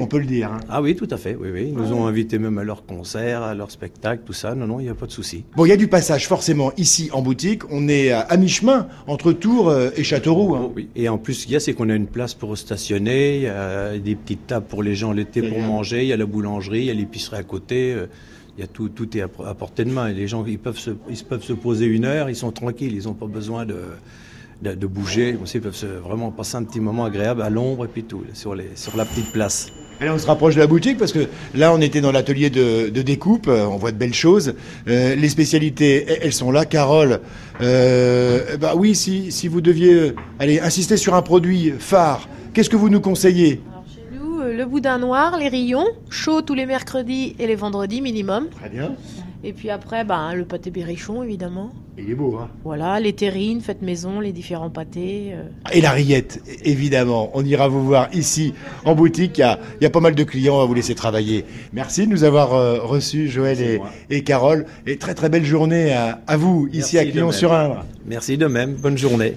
on peut le dire. hein. Ah oui, tout à fait, oui, oui. Ils nous ont invités même à leurs concerts, à leurs spectacles, tout ça. Non, non, il n'y a pas de souci. Bon, il y a du passage forcément ici en boutique. On est à, à mi-chemin entre Tours euh, et Châteauroux. hein. Oui. Et en plus, ce qu'il y a, c'est qu'on a une place pour stationner, il y a des petites tables pour les gens l'été C'est pour bien. manger, il y a la boulangerie, il y a l'épicerie à côté. euh, Il y a tout, tout est à, pro- à portée de main. Et les gens, ils peuvent se, ils peuvent se poser une heure, ils sont tranquilles, ils n'ont pas besoin de, de, de bouger. Aussi, ils peuvent se- vraiment passer un petit moment agréable à l'ombre et puis tout, sur, les, sur la petite place. Et là, on se rapproche de la boutique parce que là, on était dans l'atelier de, de découpe. euh, On voit de belles choses. Euh, les spécialités, e- elles sont là. Carole, euh, bah oui, si, si vous deviez euh, allez, insister sur un produit phare, qu'est-ce que vous nous conseillez Alors, chez nous, euh, le boudin noir, les rillons, chaud tous les mercredis et les vendredis minimum. Très bien. Et puis après, ben, le pâté berrichon, évidemment. Il est beau, hein Voilà, les terrines, faites maison, les différents pâtés. euh. Et la rillette, é- évidemment. On ira vous voir ici en boutique. Il y a, il y a pas mal de clients à vous laisser travailler. Merci de nous avoir euh, reçus, Joël C'est et, moi. et Carole. Et très très belle journée à, à vous ici à Merci de même. Clion-sur-Indre. Merci de même. Bonne journée.